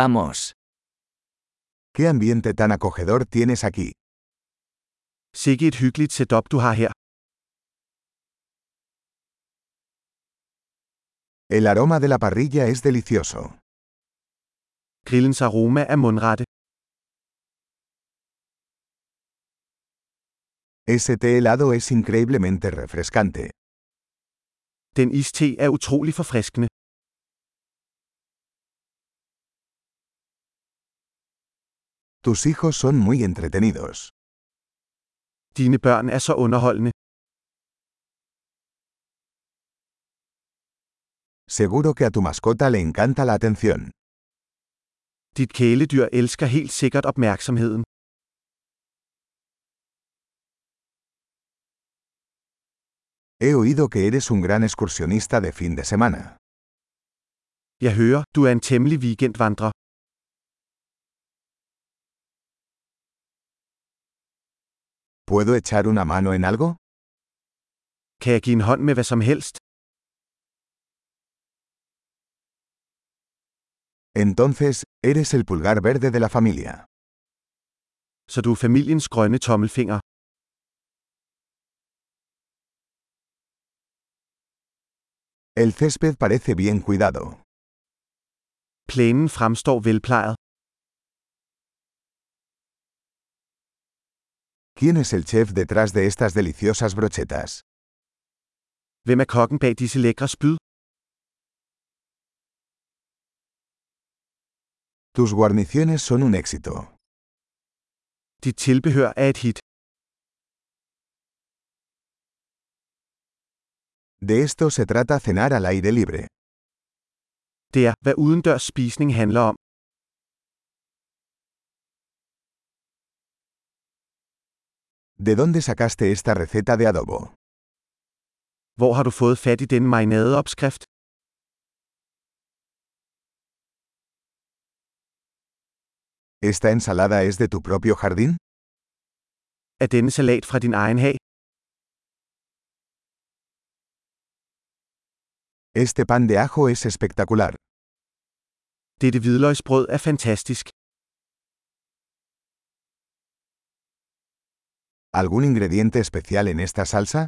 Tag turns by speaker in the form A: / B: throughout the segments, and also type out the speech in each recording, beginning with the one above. A: Vamos.
B: Qué ambiente tan acogedor tienes aquí.
C: Sikke et hyggeligt setup du har her.
B: El aroma de la parrilla es delicioso.
C: Grillens aroma er mundrette.
B: Ese té helado es increíblemente refrescante.
C: Den iste er utrolig forfriskende.
B: Tus hijos son muy entretenidos.
C: Dine børn er så underholdende.
B: Seguro que a tu mascota le encanta la atención.
C: Dit kæledyr elsker helt sikkert opmærksomheden.
B: He oído que eres un gran excursionista de fin de semana.
C: Jeg hører, du er en temmelig weekendvandrer.
B: ¿Puedo echar una mano en algo?
C: Kan jeg give en hånd med hvad som helst?
B: Entonces, eres el pulgar verde de la familia.
C: Så du er familiens grønne tommelfinger.
B: El césped parece bien cuidado.
C: Plænen fremstår velplejet.
B: ¿Quién es el chef detrás de estas deliciosas brochetas?
C: Hvem er kokken bag disse lækre spyd?
B: Tus guarniciones son un éxito.
C: Dit tilbehør er et hit.
B: De esto se trata cenar al aire libre.
C: Det er, hvad udendørs spisning handler om.
B: ¿De dónde sacaste esta receta de adobo?
C: Hvor har du fået fat i denne marinadeopskrift?
B: ¿Esta ensalada es de tu propio jardín?
C: Er denne salat fra din egen hag?
B: Este pan de ajo es espectacular.
C: Dette hvidløgsbrød er fantastisk.
B: ¿Algún ingrediente especial en esta salsa?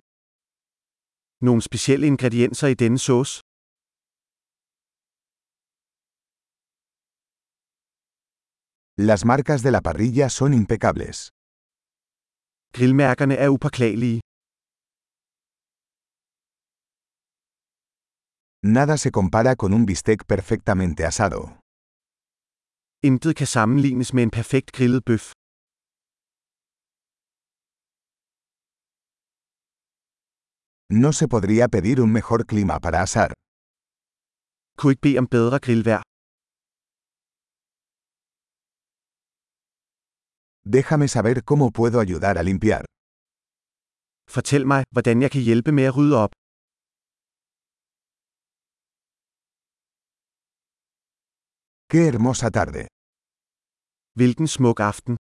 C: Nogle specielle ingredienser i denne sauce?
B: Las marcas de la parrilla son impecables.
C: Grillmærkerne er upåklagelige.
B: Nada se compara con un bistec perfectamente asado.
C: Intet kan sammenlignes med en perfekt grillet bøf.
B: No se podría pedir un mejor clima para asar.
C: Kunne ikke bede om bedre grillvejr.
B: Déjame saber cómo puedo ayudar a limpiar.
C: Fortæl mig, hvordan jeg kan hjælpe med at rydde op.
B: ¡Qué hermosa tarde!
C: Hvilken smuk aften.